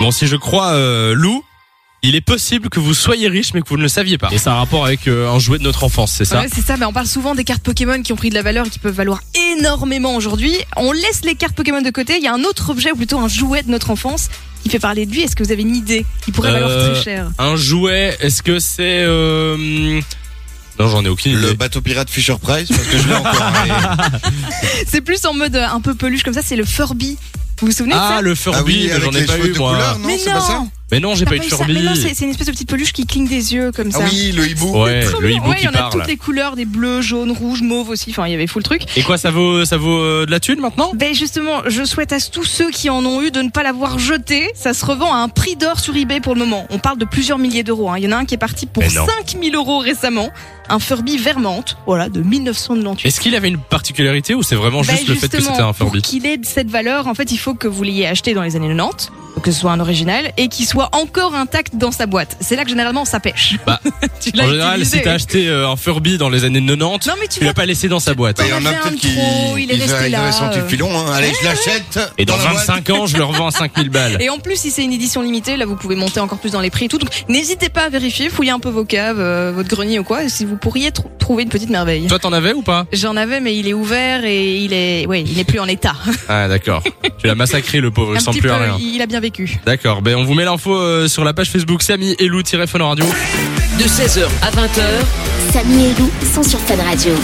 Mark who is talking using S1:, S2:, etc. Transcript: S1: Bon, si je crois euh, Lou, il est possible que vous soyez riche mais que vous ne le saviez pas. Et c'est un rapport avec euh, un jouet de notre enfance, c'est ça
S2: Ouais, c'est ça, mais on parle souvent des cartes Pokémon qui ont pris de la valeur et qui peuvent valoir énormément aujourd'hui. On laisse les cartes Pokémon de côté, il y a un autre objet ou plutôt un jouet de notre enfance qui fait parler de lui. Est-ce que vous avez une idée Il pourrait
S1: Euh,
S2: valoir très cher.
S1: Un jouet, est-ce que c'est... euh, hum, Non, j'en ai aucune idée.
S3: Le bateau pirate Fisher Price, parce que je l'ai encore. hein, et-
S2: C'est plus en mode euh, un peu peluche comme ça, c'est le Furby. Vous vous souvenez de
S1: Ah,
S2: ça
S1: le
S3: Ah
S1: Furby,
S3: oui,
S1: mais
S3: avec
S1: j'en ai
S3: les
S1: pas
S3: cheveux
S1: eu
S3: de
S1: moi.
S3: couleur, non,
S2: Mais
S3: c'est pas
S2: non.
S3: ça
S1: Mais non, j'ai
S2: T'as
S1: pas eu de
S2: eu ça
S1: Furby.
S2: Ah, Mais non, c'est c'est une espèce de petite peluche qui cligne des yeux comme
S3: Ah
S2: ça.
S3: oui, le hibou.
S1: Ouais,
S2: Trop
S1: le
S2: mignon.
S1: hibou
S2: ouais, il
S1: qui
S2: y en a
S1: parle.
S2: toutes les couleurs, des bleus, jaunes, rouges, mauves aussi. Enfin, il y avait full truc.
S1: Et quoi, ça vaut, ça vaut euh, de la thune maintenant
S2: Ben justement, je souhaite à tous ceux qui en ont eu de ne pas l'avoir jeté. Ça se revend à un prix d'or sur eBay pour le moment. On parle de plusieurs milliers d'euros. hein. Il y en a un qui est parti pour
S1: Mais non.
S2: 5000 euros récemment. Un Furby Vermante, voilà, de 1998.
S1: Est-ce qu'il avait une particularité ou c'est vraiment
S2: Ben,
S1: juste le fait que
S2: justement,
S1: c'était un
S2: pour
S1: Furby
S2: qu'il ait de cette valeur, en fait, il faut que vous l'ayez acheté dans les années 90, que ce soit un original, et qu'il soit encore intact dans sa boîte. C'est là que généralement ça pêche.
S1: Bah,
S2: Tu l'as
S1: En général,
S2: utilisé.
S1: si t'as acheté euh, un Furby dans les années 90,
S2: Non mais tu
S1: tu
S2: vois,
S1: l'as pas laissé dans sa boîte.
S3: Bah, Il y
S2: On
S3: en
S2: a
S3: a
S2: fait un
S3: peut-être qui
S2: trop, il est
S3: qui
S2: resté
S3: verraient
S2: là,
S3: son
S2: euh.
S3: petit filon. hein. Allez, je l'achète.
S1: Et dans
S3: la boîte.
S1: 25 ans, je le revends à 5000 balles.
S2: Et en plus, si c'est une édition limitée, là, vous pouvez monter encore plus dans les prix et tout. Donc, n'hésitez pas à vérifier, fouiller un peu vos caves, euh, votre grenier ou quoi, et si vous pourriez tr- trouver une petite merveille.
S1: Toi, t'en avais ou pas
S2: J'en avais, mais il est ouvert et il est, ouais, il est plus en état.
S1: Ah, d'accord. tu l'as massacré, le pauvre, il
S2: un
S1: sent
S2: petit
S1: plus
S2: peu,
S1: à rien.
S2: il a bien vécu.
S1: D'accord, ben on vous met l'info euh, sur la page Facebook Samy et Lou-Fun Radio.
S4: De 16h à 20h,
S5: Samy et Lou sont sur Fan Radio.